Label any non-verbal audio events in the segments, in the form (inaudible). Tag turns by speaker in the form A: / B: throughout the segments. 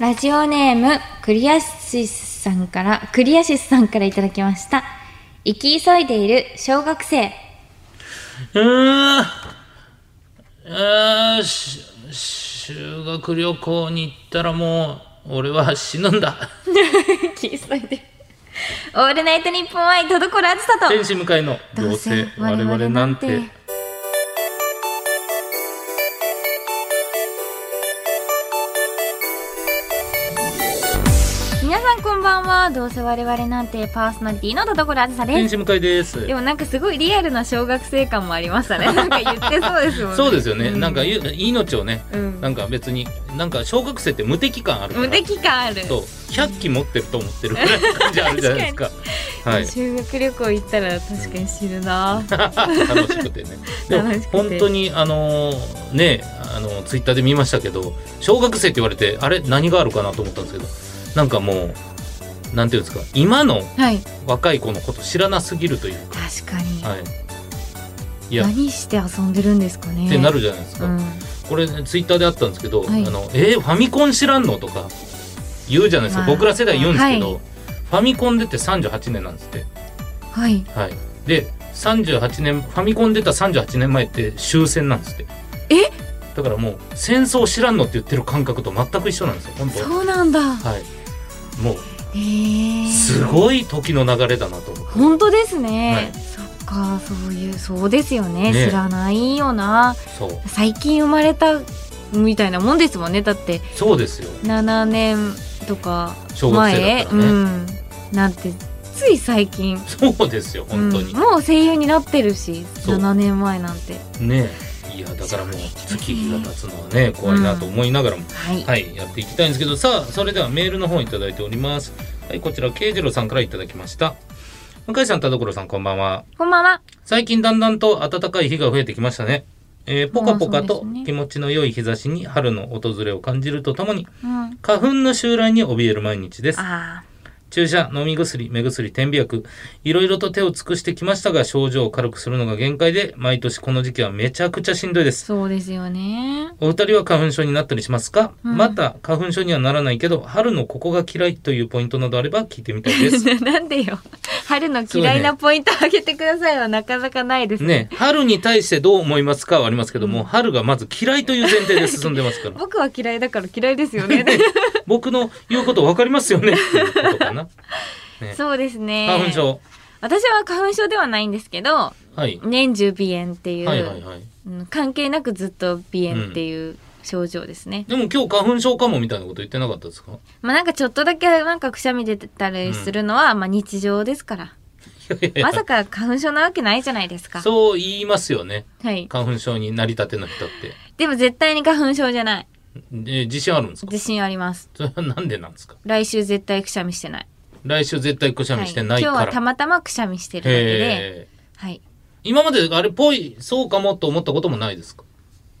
A: ラジオネームクリアシスさんからクリアシスさんからいただきました生き急いでいる小学生
B: うーんあーし修学旅行に行ったらもう俺は死ぬんだ
A: 生き急いでオールナイトニッポン愛田所あずさと
B: 天使向かいのどうせ我々なんて
A: 皆さんこんばんはどうせ我々なんてパーソナリティの田所あずさで
B: 天
A: す
B: 使向かいです
A: でもなんかすごいリアルな小学生感もありましたねなんか言ってそうですもんね
B: (laughs) そうですよね、
A: うん
B: なんかゆ命をね、
A: うん
B: なんか別になんか小学生って無敵感あるから
A: 無敵感ある
B: そう100機持ってると思ってるぐらいの感じあるじゃないですかはい
A: 修学旅行行ったら確かに死ぬな、
B: 楽しくてねで
A: (laughs)
B: も
A: 楽しくて
B: 本当にあのーねあのツイッターで見ましたけど小学生って言われてあれ何があるかなと思ったんですけどなんかもうなんていうんですか今の
A: はい
B: 若い子のこと知らなすぎるという
A: 確かに、
B: か、はい、いやっ
A: 何して遊んでるんですかね
B: てなるじゃないですか、
A: うん、
B: これツイッターであったんですけど「
A: はい
B: あのえー、ファミコン知らんの?」とか言うじゃないですか
A: まあ
B: 僕ら世代言うんですけど、
A: は
B: ファミコン出て38年なんですって。
A: はい
B: はい、で38年ファミコン出た38年前って終戦なんですって
A: え
B: だからもう戦争知らんのって言ってる感覚と全く一緒なんですよ本当
A: そうなんだ
B: はいも
A: へえ
B: うすごい時の流れだなと思って
A: 本当ですね、
B: はい
A: そっかそういうそうですよね
B: ね
A: 知らないよな
B: そう
A: 最近生まれたみたいなもんですもんねだって
B: そうですよ
A: 7年とか
B: 小学生だ
A: 前
B: ったらね
A: うんなんてつい最近
B: そうですよ本当に
A: うん、もう声優になってるし
B: そう
A: 7年前なんて
B: ねいやだからもう月日が経つのはね怖いなと思いながらも、
A: はい、
B: はい、やっていきたいんですけど、さあ、それではメールの方いただいております。はい、こちら、慶次郎さんからいただきました。向井さん、田所さん、こんばんは。
A: こんばんは
B: 最近だんだんと暖かい日が増えてきましたね。えーポカポカ
A: あー
B: と
A: そうですね
B: 気持ちの良い日差しに春の訪れを感じるとともに、
A: うん
B: 花粉の襲来に怯える毎日です。
A: あ
B: 注射、飲み薬、目薬、点鼻薬、いろいろと手を尽くしてきましたが、症状を軽くするのが限界で、毎年この時期はめちゃくちゃしんどいです
A: ー。そうですよね
B: お二人は花粉症になったりしますか、
A: うん
B: また花粉症にはならないけど春のここが嫌いというポイントなどあれば聞いてみたいで
A: (laughs)
B: す。
A: なんでよ春の嫌いなポイントあげてくださいはなかなかないです
B: ね春に対してどう思いますかはありますけども、春がまず嫌いという前提で進んでますから
A: 僕は嫌いだから嫌いですよね
B: 僕の言うこと分かりますよねっていうこと
A: (laughs)
B: かな。ね
A: (laughs) そうですね
B: 花粉症
A: 私は花粉症ではないんですけど
B: はい、
A: 年中鼻炎っていう、
B: はいはいはい
A: うん関係なくずっと鼻炎っていう症状ですね、
B: でも今日花粉症かもみたいなこと言ってなかったですかい
A: まあなんかちょっとだけなんかくしゃみ出てたりするのは、まあ日常ですから
B: やいやいや
A: (laughs) まさか花粉症なわけないじゃないですか
B: そう言いますよね
A: はい
B: 花粉症になりたての人って。
A: でも絶対に花粉症じゃない
B: で自信あるんですか
A: 自信あります
B: それはなんでなんですか
A: 来週絶対くしゃみしてない
B: 来週絶対くしゃみして
A: は
B: ない
A: い、
B: か
A: 今
B: ら。
A: 日はたまたまくしゃみしてるだけで、
B: へー
A: はい、
B: 今まであれっぽいそうかもと思ったこともないですか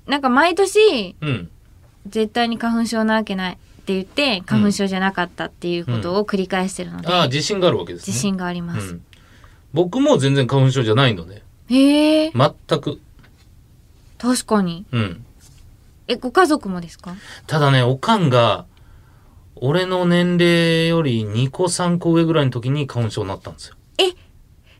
A: なんか毎年
B: うん
A: 絶対に花粉症なわけないって言って花粉症じゃなかったっていうことを繰り返してるので、
B: ああ自信があるわけですね
A: 自信があります、
B: うん、僕も全然花粉症じゃないので
A: へえ
B: 全く
A: 確かに
B: うん
A: えご家族もですか
B: ただねおかんが俺の年齢より2個3個上ぐらいの時に花粉症になったんですよ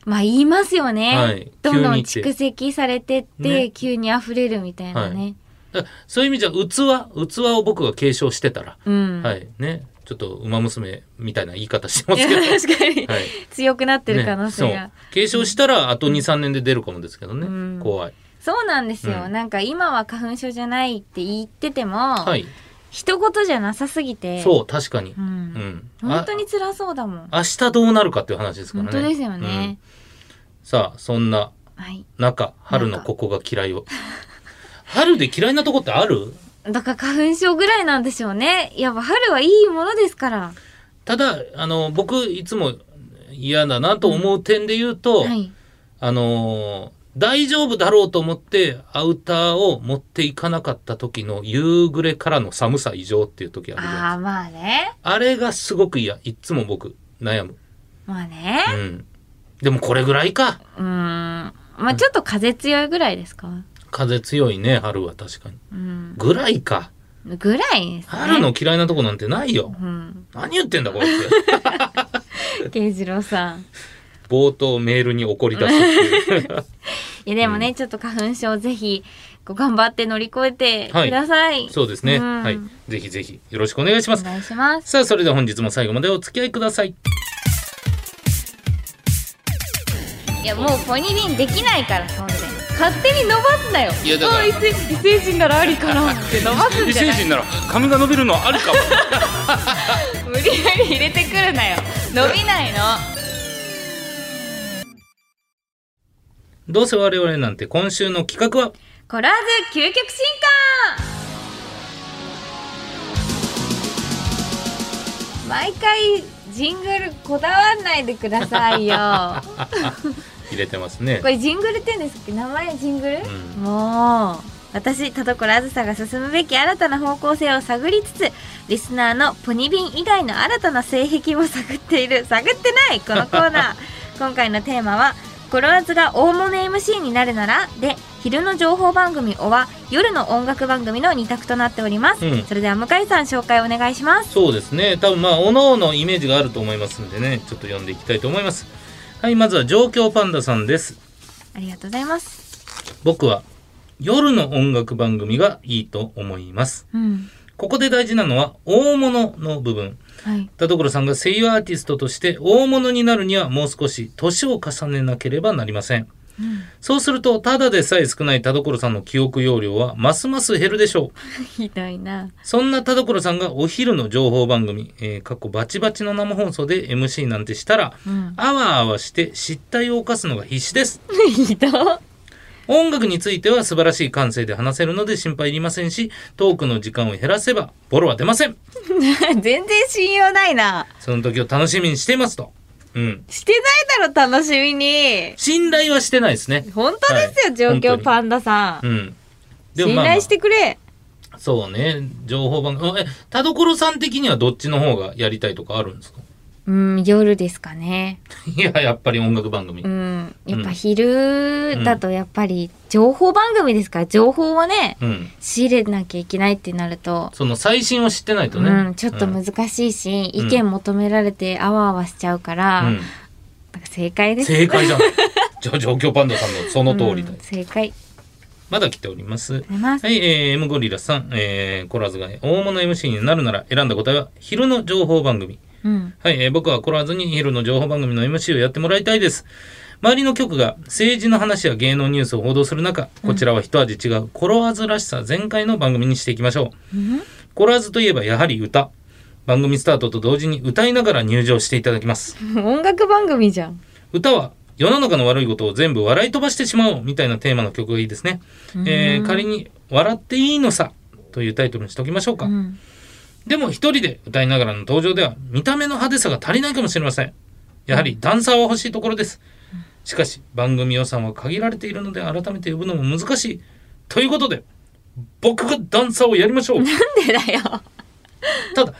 A: まあ言いますよね、
B: はい
A: どんどん
B: 急にって
A: 蓄積されてって、
B: ね
A: 急に溢れるみたいなね、
B: はだからそういう意味じゃ器器を僕が継承してたら、
A: うん、、
B: はいいねちょっと馬娘みたいな言い方してます
A: (laughs)
B: けど
A: 確かに、
B: はい
A: 強くなってる可能性
B: ね
A: が、
B: そう継承したらあと23年で出るかもですけどね、
A: うん
B: 怖い
A: そうなんですよ、
B: うん
A: なんか今は花粉症じゃないって言ってても、
B: はい
A: 一言じゃなさすぎて
B: そう確かに
A: う、、
B: うんん、あ
A: 本当に辛そうだもん
B: 明日どうなるかっていう話ですから
A: 本
B: ね。
A: 当ですよね、
B: うんさあ、そんな
A: はい
B: 中、春のここが嫌いを。春で嫌いなとこってある
A: だから花粉症ぐらいなんでしょうねやっぱ春はいいものですから
B: ただ、あの、僕、いつも嫌だなと思う点で言うと、
A: はい
B: あのー、大丈夫だろうと思ってアウターを持っていかなかった時の夕暮れからの寒さ異常っていう時あるじゃない
A: ああまあね
B: ですかあれがすごく嫌いっつも僕悩む、
A: まあね
B: うん、でもこれぐらいか
A: うーんまあちょっと風強いぐらいですか
B: 風強いね春は確かに
A: うん
B: ぐらいか
A: ぐらいですね。
B: 春の嫌いなとこなんてないよ。
A: うん。
B: 何言ってんだこい
A: (laughs)
B: つ。
A: 慶次郎さん。
B: 冒頭メールに怒り出すっていう。
A: いやでもね、ちょっと花粉症ぜひ、こう頑張って乗り越えてください。
B: そうですね。
A: うん
B: はい。ぜひぜひよろしくお願いしま
A: お
B: す。
A: 願いします。
B: さあ、それでは本日も最後までお付き合いください。
A: いや、もうポニビンできないから、そんで。勝手に伸ばすなよ。
B: いやだから
A: あ異星異星人ならありかなって伸ばすんじゃない
B: なら髪が伸びるのはあるかも。
A: 無理やり入れてくるなよ。伸びないの。
B: どうせ我々なんて今週の企画は
A: コラーズ究極進化毎回ジングルこだわんないでくださいよ
B: 入れてますね
A: こ。れジングルって言うんですっけ名前ジングル、
B: うん
A: もう私田所あずさが進むべき新たな方向性を探りつつリスナーのポニビン以外の新たな性癖も探っている探ってないこのコー (laughs) ナー今回のテーマは「コロワズが大物 MC になるなら」で昼の情報番組「おは夜の音楽番組の2択となっております、
B: うん
A: それでは向井さん紹介お願いします
B: そうですね。多分まあ、おののイメージがあると思いますんでね、ちょっと読んでいきたいと思います。はい、まずは状況パンダさんです。
A: ありがとうございます
B: 僕は夜の音楽番組がいいと思います。
A: うん
B: ここで大事なのは大物の部分。
A: はい
B: 田所さんが声優アーティストとして大物になるにはもう少し年を重ねなければなりません。
A: うん
B: そうすると、ただでさえ少ない田所さんの記憶容量はますます減るでしょう。
A: ひどいな
B: そんな田所さんがお昼の情報番組、えー、過去バチバチの生放送で MC なんてしたら、
A: うん
B: あわあわして失態を犯すのが必死です。
A: (laughs) ひどっ (laughs)
B: 音楽については素晴らしい感性で話せるので心配いりませんし、トークの時間を減らせば、ボロは出ません。
A: 全然信用ないな
B: その時を楽しみにしていますと。うん。
A: してないだろ楽しみに
B: 信頼はしてないですね。
A: 本当ですよ、
B: はい
A: 状況パ
B: 本
A: ンダさん、
B: うん。
A: 信頼してくれ、
B: そうね、情報番組。あえ、田所さん的にはどっちの方がやりたいとかあるんですか (laughs)
A: うん夜ですかね
B: いや、やっぱり音楽番組。
A: うんやっぱ昼だとやっぱり情報番組ですから情報をね
B: うん。
A: 仕入れなきゃいけないってなると、
B: その最新を知ってないとね。
A: うん、ちょっと難しいし、意見求められてあわあわしちゃうから、
B: う
A: なんんか正解です
B: 正解じゃん。
A: (laughs)
B: じゃあ、状況パンダさんのその通りだ、
A: うん正解
B: まだ来ております。
A: あります、
B: はい、えー、M ゴリラさん、えー、コラーズが大物 MC になるなら選んだ答えは、昼の情報番組。
A: うん
B: はい、えー僕はコラーズに昼の情報番組の MC をやってもらいたいです。周りの局が政治の話や芸能ニュースを報道する中、こちらは一味違うコロワーズらしさ全開の番組にしていきましょ
A: うん
B: う。コロワーズといえばやはり歌。番組スタートと同時に歌いながら入場していただきます。
A: 音楽番組じゃん
B: 歌は世の中の悪いことを全部笑い飛ばしてしまおうみたいなテーマの曲がいいですね。えー
A: うん
B: 仮に「笑っていいのさ」というタイトルにしておきましょうか。
A: うん
B: でも一人で歌いながらの登場では見た目の派手さが足りないかもしれません。やはりダンサーは欲しいところです。しかし番組予算は限られているので改めて呼ぶのも難しい。ということで僕がダンサーをやりましょう。
A: なんでだよ
B: ただ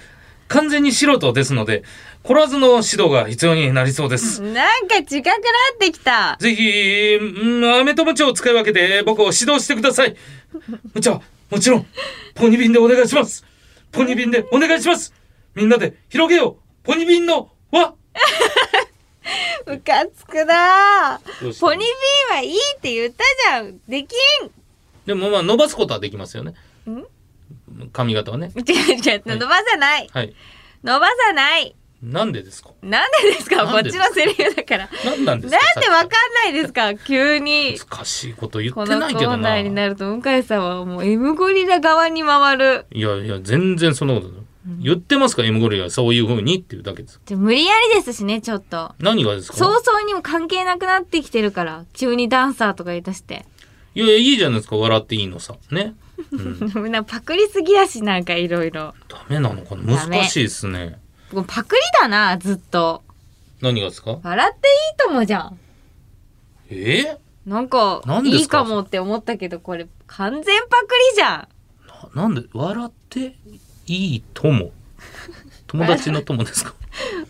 B: 完全に素人ですのでコラーズの指導が必要になりそうです。
A: なんか近くなってきた。
B: ぜひ、うんアメとムチを使い分けて僕を指導してください。ムチは、もちろん、ポニビンでお願いします。ポニビンでお願いします。みんなで広げよう。ポニビンの輪
A: うかつくな
B: どうした
A: ポニビーはいいって言ったじゃん。できん。
B: でもまあ伸ばすことはできますよね。
A: ん
B: 髪型はね。
A: 違う違う、伸ばさない。
B: はい。
A: 伸ばさない。
B: なんでですか
A: なんでですか
B: な
A: こ
B: ん
A: っ
B: でで
A: ち
B: すか
A: のセリフだから。
B: なんなんで
A: なん
B: すか
A: でわかん
B: さ
A: ないですか急に
B: っき。難しいこと言
A: こ
B: って
A: のコ
B: ないけ
A: ー
B: ど
A: ナ
B: な。
A: ーに
B: い
A: なると、向井さんはもう M ゴリラ側に回る。
B: やいや、全然そんなことない。言ってますか ?M ゴリラ、そういう風にっていうだけです。
A: ちょ無理やりですしね、ちょっと。
B: 何がですか
A: 早々にも関係なくなってきてるから、急にダンサーとか言い出 (laughs) して。
B: いやいや、いいじゃないですか。笑っていいのさ。ね。うん
A: なんかパクリすぎだし、なんかいろいろ。
B: ダメなのかな
A: ダメ
B: 難しいですね。
A: もうパクリだな、ずっと。
B: 何がですか
A: 笑っていいともじゃん。
B: え
A: なんか、
B: 何ですか
A: いいかもって思ったけど、これ、完全パクリじゃ
B: ーななんで笑っていい
A: (laughs)
B: 友友達の友ですか
A: ん。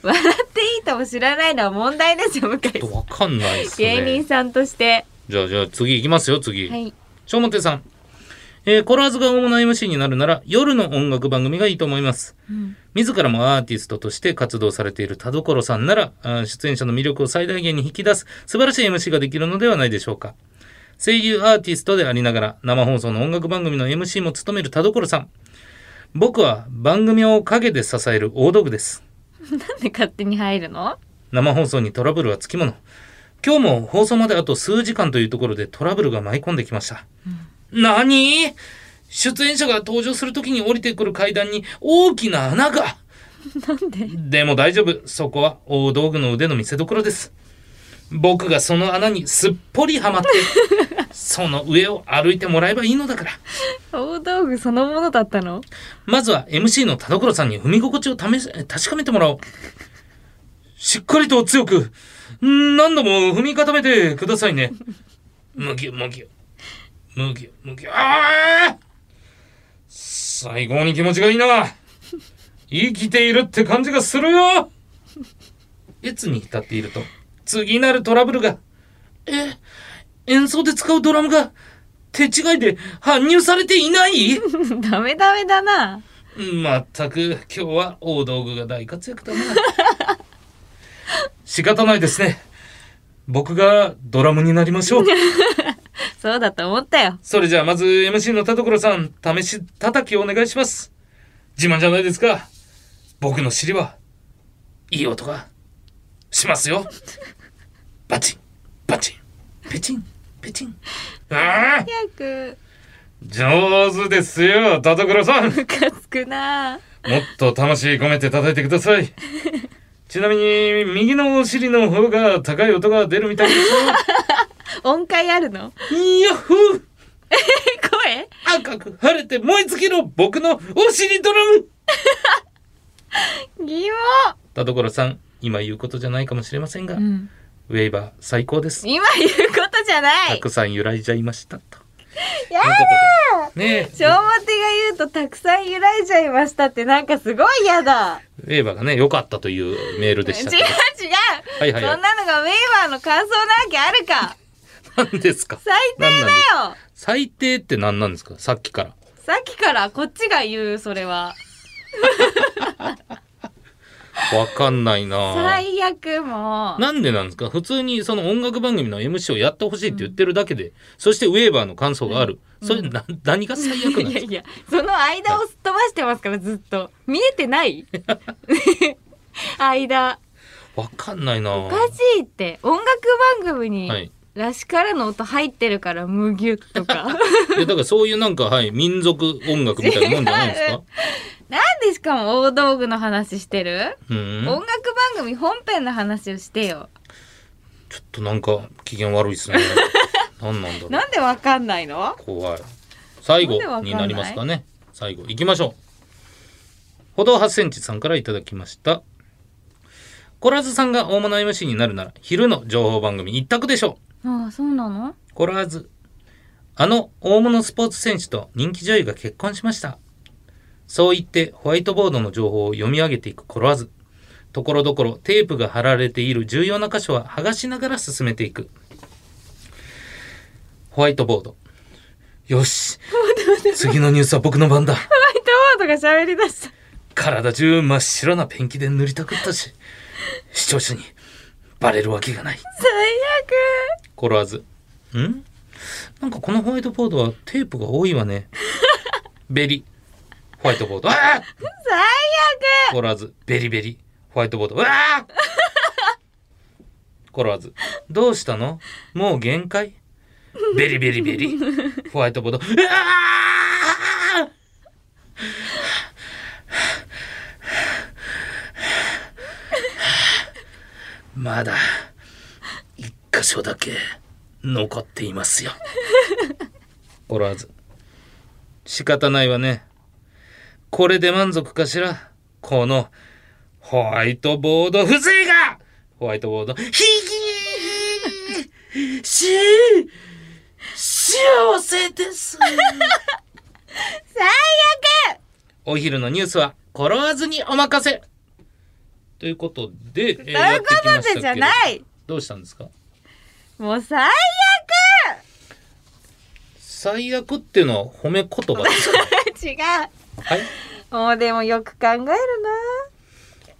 A: (laughs) 笑っていいとも知らないのは問題ですよ、向井
B: ち
A: さ
B: ょっ
A: ん。
B: とわかんないです
A: 芸人
B: ね。
A: さんとして。
B: じゃあじゃあ次いきますよ次。
A: はい。
B: 小本さん。えーコラーズが主な MC になるなら夜の音楽番組がいいと思います。
A: うん
B: 自らもアーティストとして活動されている田所さんなら、あー出演者の魅力を最大限に引き出す素晴らしい MC ができるのではないでしょうか。声優アーティストでありながら生放送の音楽番組の MC も務める田所さん。僕は番組を陰で支える大道具です。
A: なんで勝手に入るの
B: 生放送にトラブルはつきもの今日も放送まであと数時間というところでトラブルが舞い込んできました、何出演者が登場するときに降りてくる階段に大きな穴が
A: なんで
B: でも大丈夫そこは大道具の腕の見せ所です僕がその穴にすっぽりはまって
A: (laughs)
B: その上を歩いてもらえばいいのだから
A: 大道具そのものだったの (laughs)
B: まずは MC の田所さんに踏み心地を試し確かめてもらおう。しっかりと強く、ん何度も踏み固めてくださいね。 (laughs) むぎゅむぎゅ。むぎゅむぎゅ。ああ最高に気持ちがいいな。生きているって感じがするよ。越に浸っていると、次なるトラブルが。え、演奏で使うドラムが、手違いで搬入されていない
A: ダメダメだな
B: まったく今日は大道具が大活躍だな (laughs) 仕方ないですね僕がドラムになりましょう
A: そうだと思ったよ
B: それじゃあまず MC の田所さん試し叩きをお願いします自慢じゃないですか僕の尻はいい音がしますよバチンバチンペチンペチンあ
A: 早
B: あ
A: く
B: 上手ですよ田所さん
A: ムカつくな
B: もっと魂込めて叩いてくだ (laughs) さい。ちなみに、右のお尻の方が高い音が出るみたいです (laughs)
A: 音階あるの
B: よ。ヤッホー
A: 声
B: 赤く晴れて燃え尽きろ僕のお尻ドラム
A: 疑
B: 田所さん、今言うことじゃないかもしれませんが、
A: 問、うん、
B: ウェイバー最高です。
A: 今言うことじゃな
B: た
A: い
B: くさん揺らいじゃいました。と
A: や
B: だねえ
A: 小待てが言うとたくさん揺らいじゃいましたってなんかすごい嫌だ
B: ウェイバーがね、良かったというメールで
A: 違う
B: した
A: 違う
B: (laughs) けど。はいはいは
A: そんなのがウェイバーの感想なわけあるか
B: い。何ですか
A: 最低だ
B: 何なんです
A: よ
B: 最低って何なんですかさっきから。
A: さっきからこっちが言うそれは
B: わかんないなぁ
A: 最悪もう
B: なんでなんですか普通にその音楽番組の MC をやってほしいって言ってるだけで、そしてウェーバーの感想がある。
A: うん
B: それな、何が最悪なん
A: い
B: で
A: や
B: す
A: い
B: か
A: やその間をすっ飛ばしてますからずっと見えてない間
B: わかんないな
A: お
B: ぁ
A: かしいって音楽番組に、
B: はい。
A: らしからの音入ってるからむぎゅっと
B: (laughs)
A: かなん
B: いやだからそういうなんか、はい、民族音楽みたいなもんじゃないです
A: 違 (laughs)
B: か
A: うでしかも大道具の話してる、
B: う
A: 音
B: ん。
A: 楽番組本編の話をしてよ
B: ちょっとなんか、機嫌悪い
A: (laughs)
B: ですね。何なんだろう。
A: なんでわかんないの
B: 怖い。最後
A: なんで
B: に
A: わかんな
B: ないりますかね。最後。行きましょう。歩道8センチさんからいただきました。コラーズさんが大物 MC になるなら、昼の情報番組一択でしょう。
A: ああそうなの
B: コラーズあの大物スポーツ選手と人気女優が結婚しましたそう言ってホワイトボードの情報を読み上げていくコラーズところどころテープが貼られている重要な箇所は剥がしながら進めていくホワイトボードよし次のニュースは僕の番だ
A: ホワイトボードが喋りだした
B: 体中真っ白なペンキで塗りたくったし視聴者にバレるわけがない
A: 最
B: コロワーズんなんかこのホワイトボードはテープが多い
A: (laughs)
B: わねベリホワイトボードああ
A: 悪最悪
B: コロワーズベリベリホワイトボードわ
A: (laughs)
B: あコロワーズどうしたのもう限界ベリベリベリホワイトボードう
A: (laughs)
B: わあまだ一箇所だけ残っていますよ。おらず。仕方ないわね。これで満足かしらこのホワイトボード風情がホワイトボード、ひぎーし幸せです
A: 最悪
B: お昼のニュースは転わずにお任せということで、えー
A: そういうことでじゃな
B: やってきましたけれど
A: い
B: どうしたんですか
A: もう最悪
B: 最悪っていうのは褒め言葉ですか
A: (laughs) 違
B: はい。
A: うもうでもよく考えるな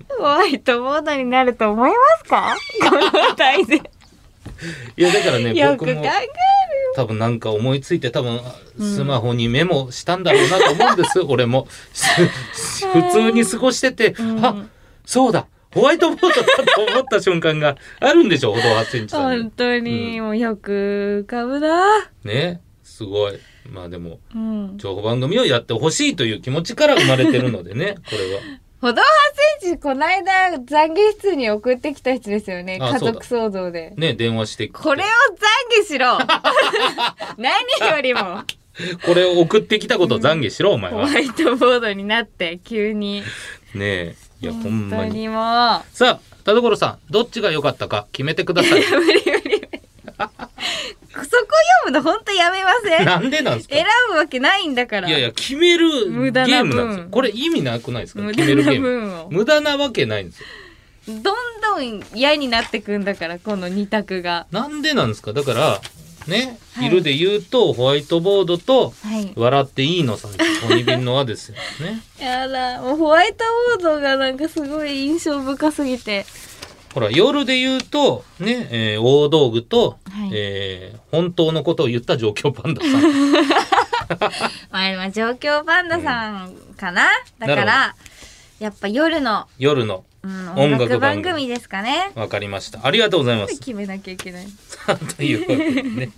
A: ホワイトボードになると思いますかこの題で
B: いやだからね
A: よく
B: 僕
A: 考える
B: も多分なんか思いついて多分スマホにメモしたんだろうなと思う
A: (laughs)
B: んです、俺も。す普通に過ごしてて、
A: うん
B: あそうだホワイトボードだと思った瞬間があるんでしょ歩道8センチさん
A: 本
B: に。
A: 当にもうよく浮かぶな
B: ねすごい。まあでも
A: うん
B: 情報番組をやってほしいという気持ちから生まれてるので
A: (laughs)
B: ねこれは。
A: 歩道8センチこの間懺悔室に送ってきた人ですよね
B: あ
A: 家
B: そう
A: 族
B: だ
A: 騒動で
B: ね電話してきて
A: これを懺悔し
B: (laughs)
A: ろ何よりも
B: これを送ってきたことを懺悔しろ、お前
A: ホ
B: は。ね
A: ワイトボードになって急に
B: えいやほん
A: 本当
B: まに。
A: にもうや
B: さあ田所さんどっちが良かったか決めてく
A: (laughs)
B: ださ
A: 無
B: い。
A: 理無理無理そこ読むの本当やめません
B: なんでなんですか
A: 選ぶわけないんだから
B: いやいや決めるゲ
A: 無駄な
B: ー
A: 分
B: ムなんですよこれ意味なくないですか
A: 無
B: 決
A: 駄
B: めるゲ
A: な
B: ーム
A: 分を
B: 無駄なわけないんですよ
A: どんどん嫌になってくんだからこの二択が
B: なんでなんですかだからね、
A: はい
B: い、るで言うとホワイトボードと
A: はい
B: 笑っていいのさんとポニビンの輪ですよね
A: やだもうホワイトボードがなんかすごい印象深すぎて
B: ほら夜で言うとね、えー大道具と、
A: はい
B: えー本当のことを言った状況パンダさ
A: (laughs)
B: ん
A: まあまあ状況パンダさんかな、だか
B: なる
A: らやっぱ夜の、
B: 夜の
A: うん、
B: 音
A: 音
B: 楽
A: 楽
B: 番組
A: 番組ですかね
B: わかりましたありがとうございます
A: 決めなきゃいけない
B: (laughs) ということでね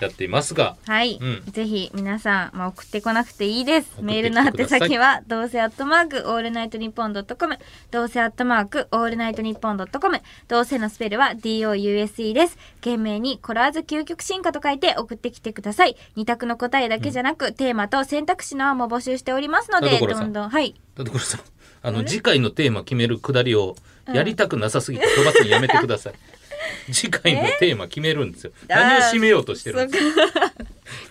B: やっていますが
A: はい、
B: うん
A: ぜひ皆さん、まあ、送ってこなくていいです
B: 送ってきて
A: メールの宛先
B: く
A: はどうせアットマークオールナイトニッポンドットコムどうせアットマークオールナイトニッポンドットコムどうせのスペルは DOUSE です懸命にコラーズ究極進化と書いて送ってきてください二択の答えだけじゃなく、テーマと選択肢の案も募集しておりますので
B: 田所
A: ど
B: さん
A: んどんはい
B: 田所さんあ
A: あ
B: の
A: れ
B: 次回のテーマ決めるくだりをやりたくなさすぎて飛ばすのやめてく
A: (laughs)
B: ださい、次回のテーマ決めるんですよ
A: え
B: 何を締めようとして
A: そう
B: るん
A: か
B: です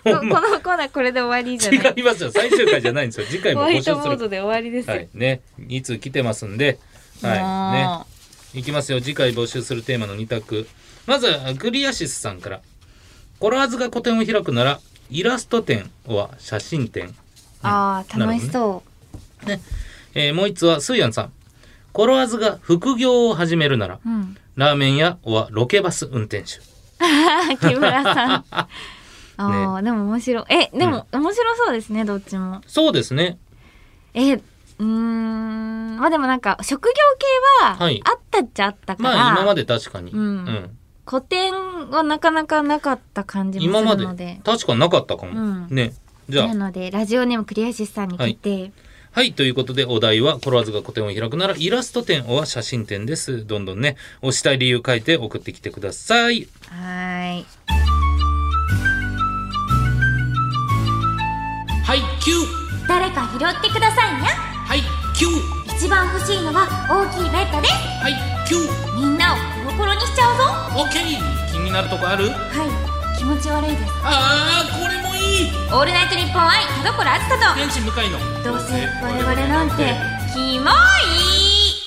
A: こ
B: ほ
A: こ
B: ん
A: の
B: ま
A: コーナーこれで終わりじゃ
B: (laughs)
A: ない
B: 違いますよ最終回じゃないんですよ次回
A: ホ
B: も
A: (laughs) ワ
B: 募集
A: イ
B: す
A: トボード
B: る
A: で終わりですよ、
B: はいね2通来てますんで
A: もう
B: はいねいきますよ次回募集するテーマの2択まずはグリアシスさんからコラーズが個展を開くならイラスト展は写真展
A: ああ
B: なるほど
A: 楽
B: ね
A: しそう、
B: えーもう1つはスーヤンさんコロワーズが副業を始めるなら
A: うん
B: ラーメン屋はロケバス運転手
A: (laughs) 木村さ
B: (laughs)
A: ん。ああ、でも面白い。え、でも、面白そうですね、どっちも。
B: そうですね
A: え、うーん、まあでもなんか、職業系は、
B: はい
A: あったっちゃあったから、
B: まあ今まで確かに、
A: うん古典はなかなかなかった感じも
B: 今
A: す
B: ま
A: るの
B: で
A: で。
B: 確かなかったかも、
A: うん
B: ねじゃあ
A: なので、ラジオネームクリアシスさんに聞いて、
B: はいということでお題はコロワーズが個展を開くならイラスト展は写真展ですどんどんね押したい理由書いて送ってきてください
A: はーい。
B: はいキュー
C: 誰か拾ってくださいにゃ
B: はいキュー
C: 一番欲しいのは大きいベッドです
B: はいキュー
C: みんなをコロコロにしちゃうぞは
B: オッケー気になるとこある
C: い気持ち悪いです
B: ああこれもいい
C: オールナイトニッポン愛田所あずさ
B: 天使向かいの
C: とどうせ我々なんてキモい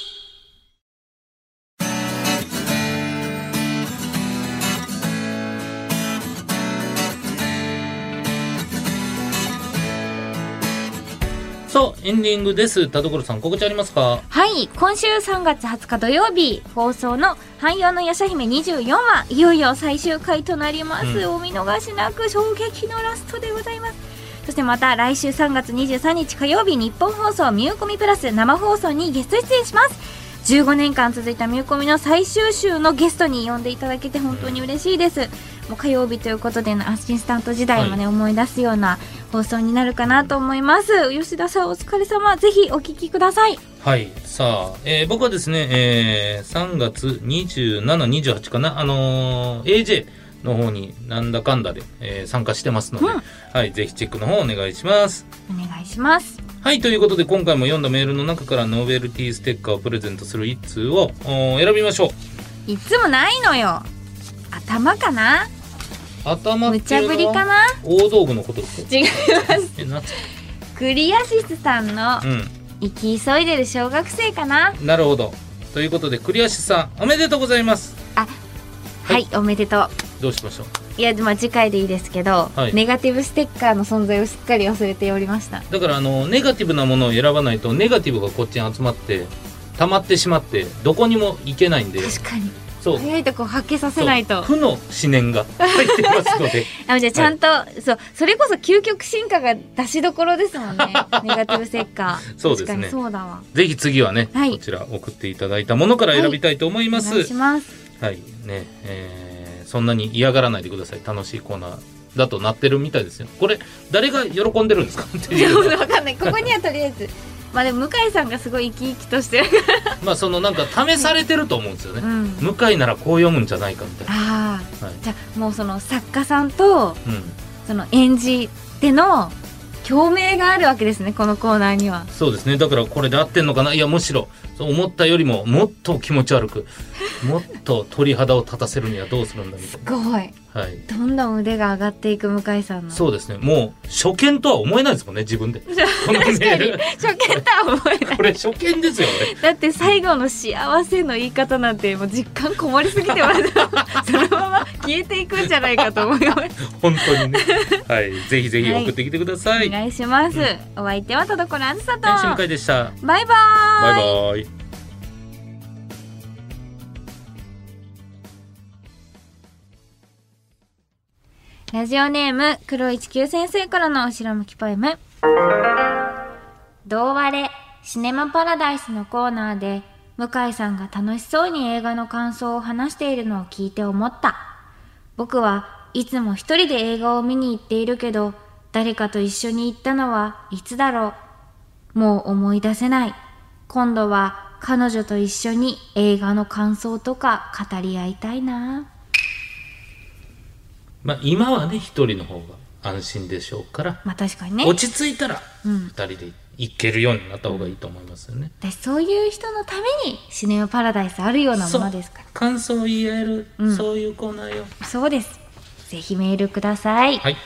B: そうエンディングです田所さん告知ありますか
A: はい、今週3月20日土曜日放送の「汎用のやしゃ姫24話」いよいよ最終回となります、
B: うん
A: お見逃しなく衝撃のラストでございますそしてまた来週3月23日火曜日日本放送「ミューコミプラス」生放送にゲスト出演します15年間続いた「ミューコミ」の最終週のゲストに呼んでいただけて本当に嬉しいですもう火曜日ということでのアシスタント時代もね、思い出すような放送になるかなと思います吉田さんお疲れ様ぜひお聞きください
B: はい。さあ、えー僕はですね、えー3月27、28かな、あのー AJ の方になんだかんだで、えー参加してますので、
A: うん
B: はい、ぜひチェックの方お願いします。
A: お願いします
B: はい、ということで今回も読んだメールの中からノベルティステッカーをプレゼントする1通をおー選びましょう。
A: いつもないのよ頭かな
B: 頭
A: 無
B: ってい
A: 茶
B: うの
A: ぶ
B: は
A: りかな
B: 大道具のことですか
A: 違います
B: え、なんつ
A: クリアシスさんの
B: う
A: 生き急いでる小学生かなは
B: ん、なるほど。ということで、クリアシさん、おめでとうございます。
A: い、おめでとう
B: どうしましょう
A: いやまあ次回でいいですけど、
B: はい
A: ネガティブステッカーの存在をすっかり忘れておりました
B: だからあのネガティブなものを選ばないとネガティブがこっちに集まって溜まってしまってどこにも行けないんで
A: 確かに
B: そう
A: 早いとこ発揮させないと
B: そう負の思念が (laughs) 入ってま
A: (laughs)
B: すので
A: あじゃあちゃんと、そうそれこそ究極進化が出しどころですも
B: (laughs)
A: んねネガティブステッカー
B: そうですね
A: 確かにそうだわ
B: ぜひ次はね、
A: はい
B: こちら送っていただいたものから選びたいと思い
A: お
B: ます。は
A: 願い
B: い、
A: します
B: ね、えーそんなに嫌がらないでください。楽しいコーナーだとなってるみたいですよ。これ誰が喜んでるんです
A: (laughs)
B: かって
A: いや
B: いう。
A: わかんないここにはとりあえず (laughs) まあでも向井さんがすごい生き生きとしてる、
B: まあそのなんか試されてると思うんですよ
A: う
B: ね。
A: ん、
B: 向井ならこう読むんじゃないかみたい
A: ああ
B: な。はい。
A: じゃあもうその作家さんと
B: うん。
A: その演じての共鳴があるわけですねこのコーナーには
B: そうですね。だからこれで合ってんのかな。いやむしろそう思ったよりももっと気持ち
A: (laughs)
B: 悪く、もっと鳥肌を立たせるにはどうするんだみた
A: す
B: い
A: ごい
B: な。はい。
A: どんどん腕が上がっていく向井さんの
B: そうですね。もう初見とは思えないですもんね。自分で。この
A: (laughs)
B: メ
A: 確か
B: ー
A: に
B: ル。
A: 初見とは思えない
B: これ初見ですよね。
A: だって最後の幸せの言い方なんてもう実感こもりすぎて (laughs) ますそのまま消えていくんじゃないかと思います
B: 本当にね。はい、ぜひぜひ送ってきてください。
A: お願いします、
B: うん
A: お相手は田所あずさと
B: 天使向井でした。
A: バイバーイ
B: バイバイ。
A: ラジオネーム黒一九先生からの後ろ向きポエム童話れシネマパラダイスのコーナーで向井さんが楽しそうに映画の感想を話しているのを聞いて思った僕はいつも一人で映画を見に行っているけど誰かと一緒に行ったのはいつだろうもう思い出せない今度は彼女と一緒に映画の感想とか語り合いたいな
B: まあ、今はね、一人の方が安心でしょうから。
A: まあ確かにね
B: 落ち着いたら、
A: うん
B: 二人で行けるようになった方がいいと思いますよね。
A: 私そういう人のためにシネマパラダイスあるようなものですから
B: 感想を言える、
A: うん
B: そういうコーナーよ。
A: そうですぜひメールください、
B: はい。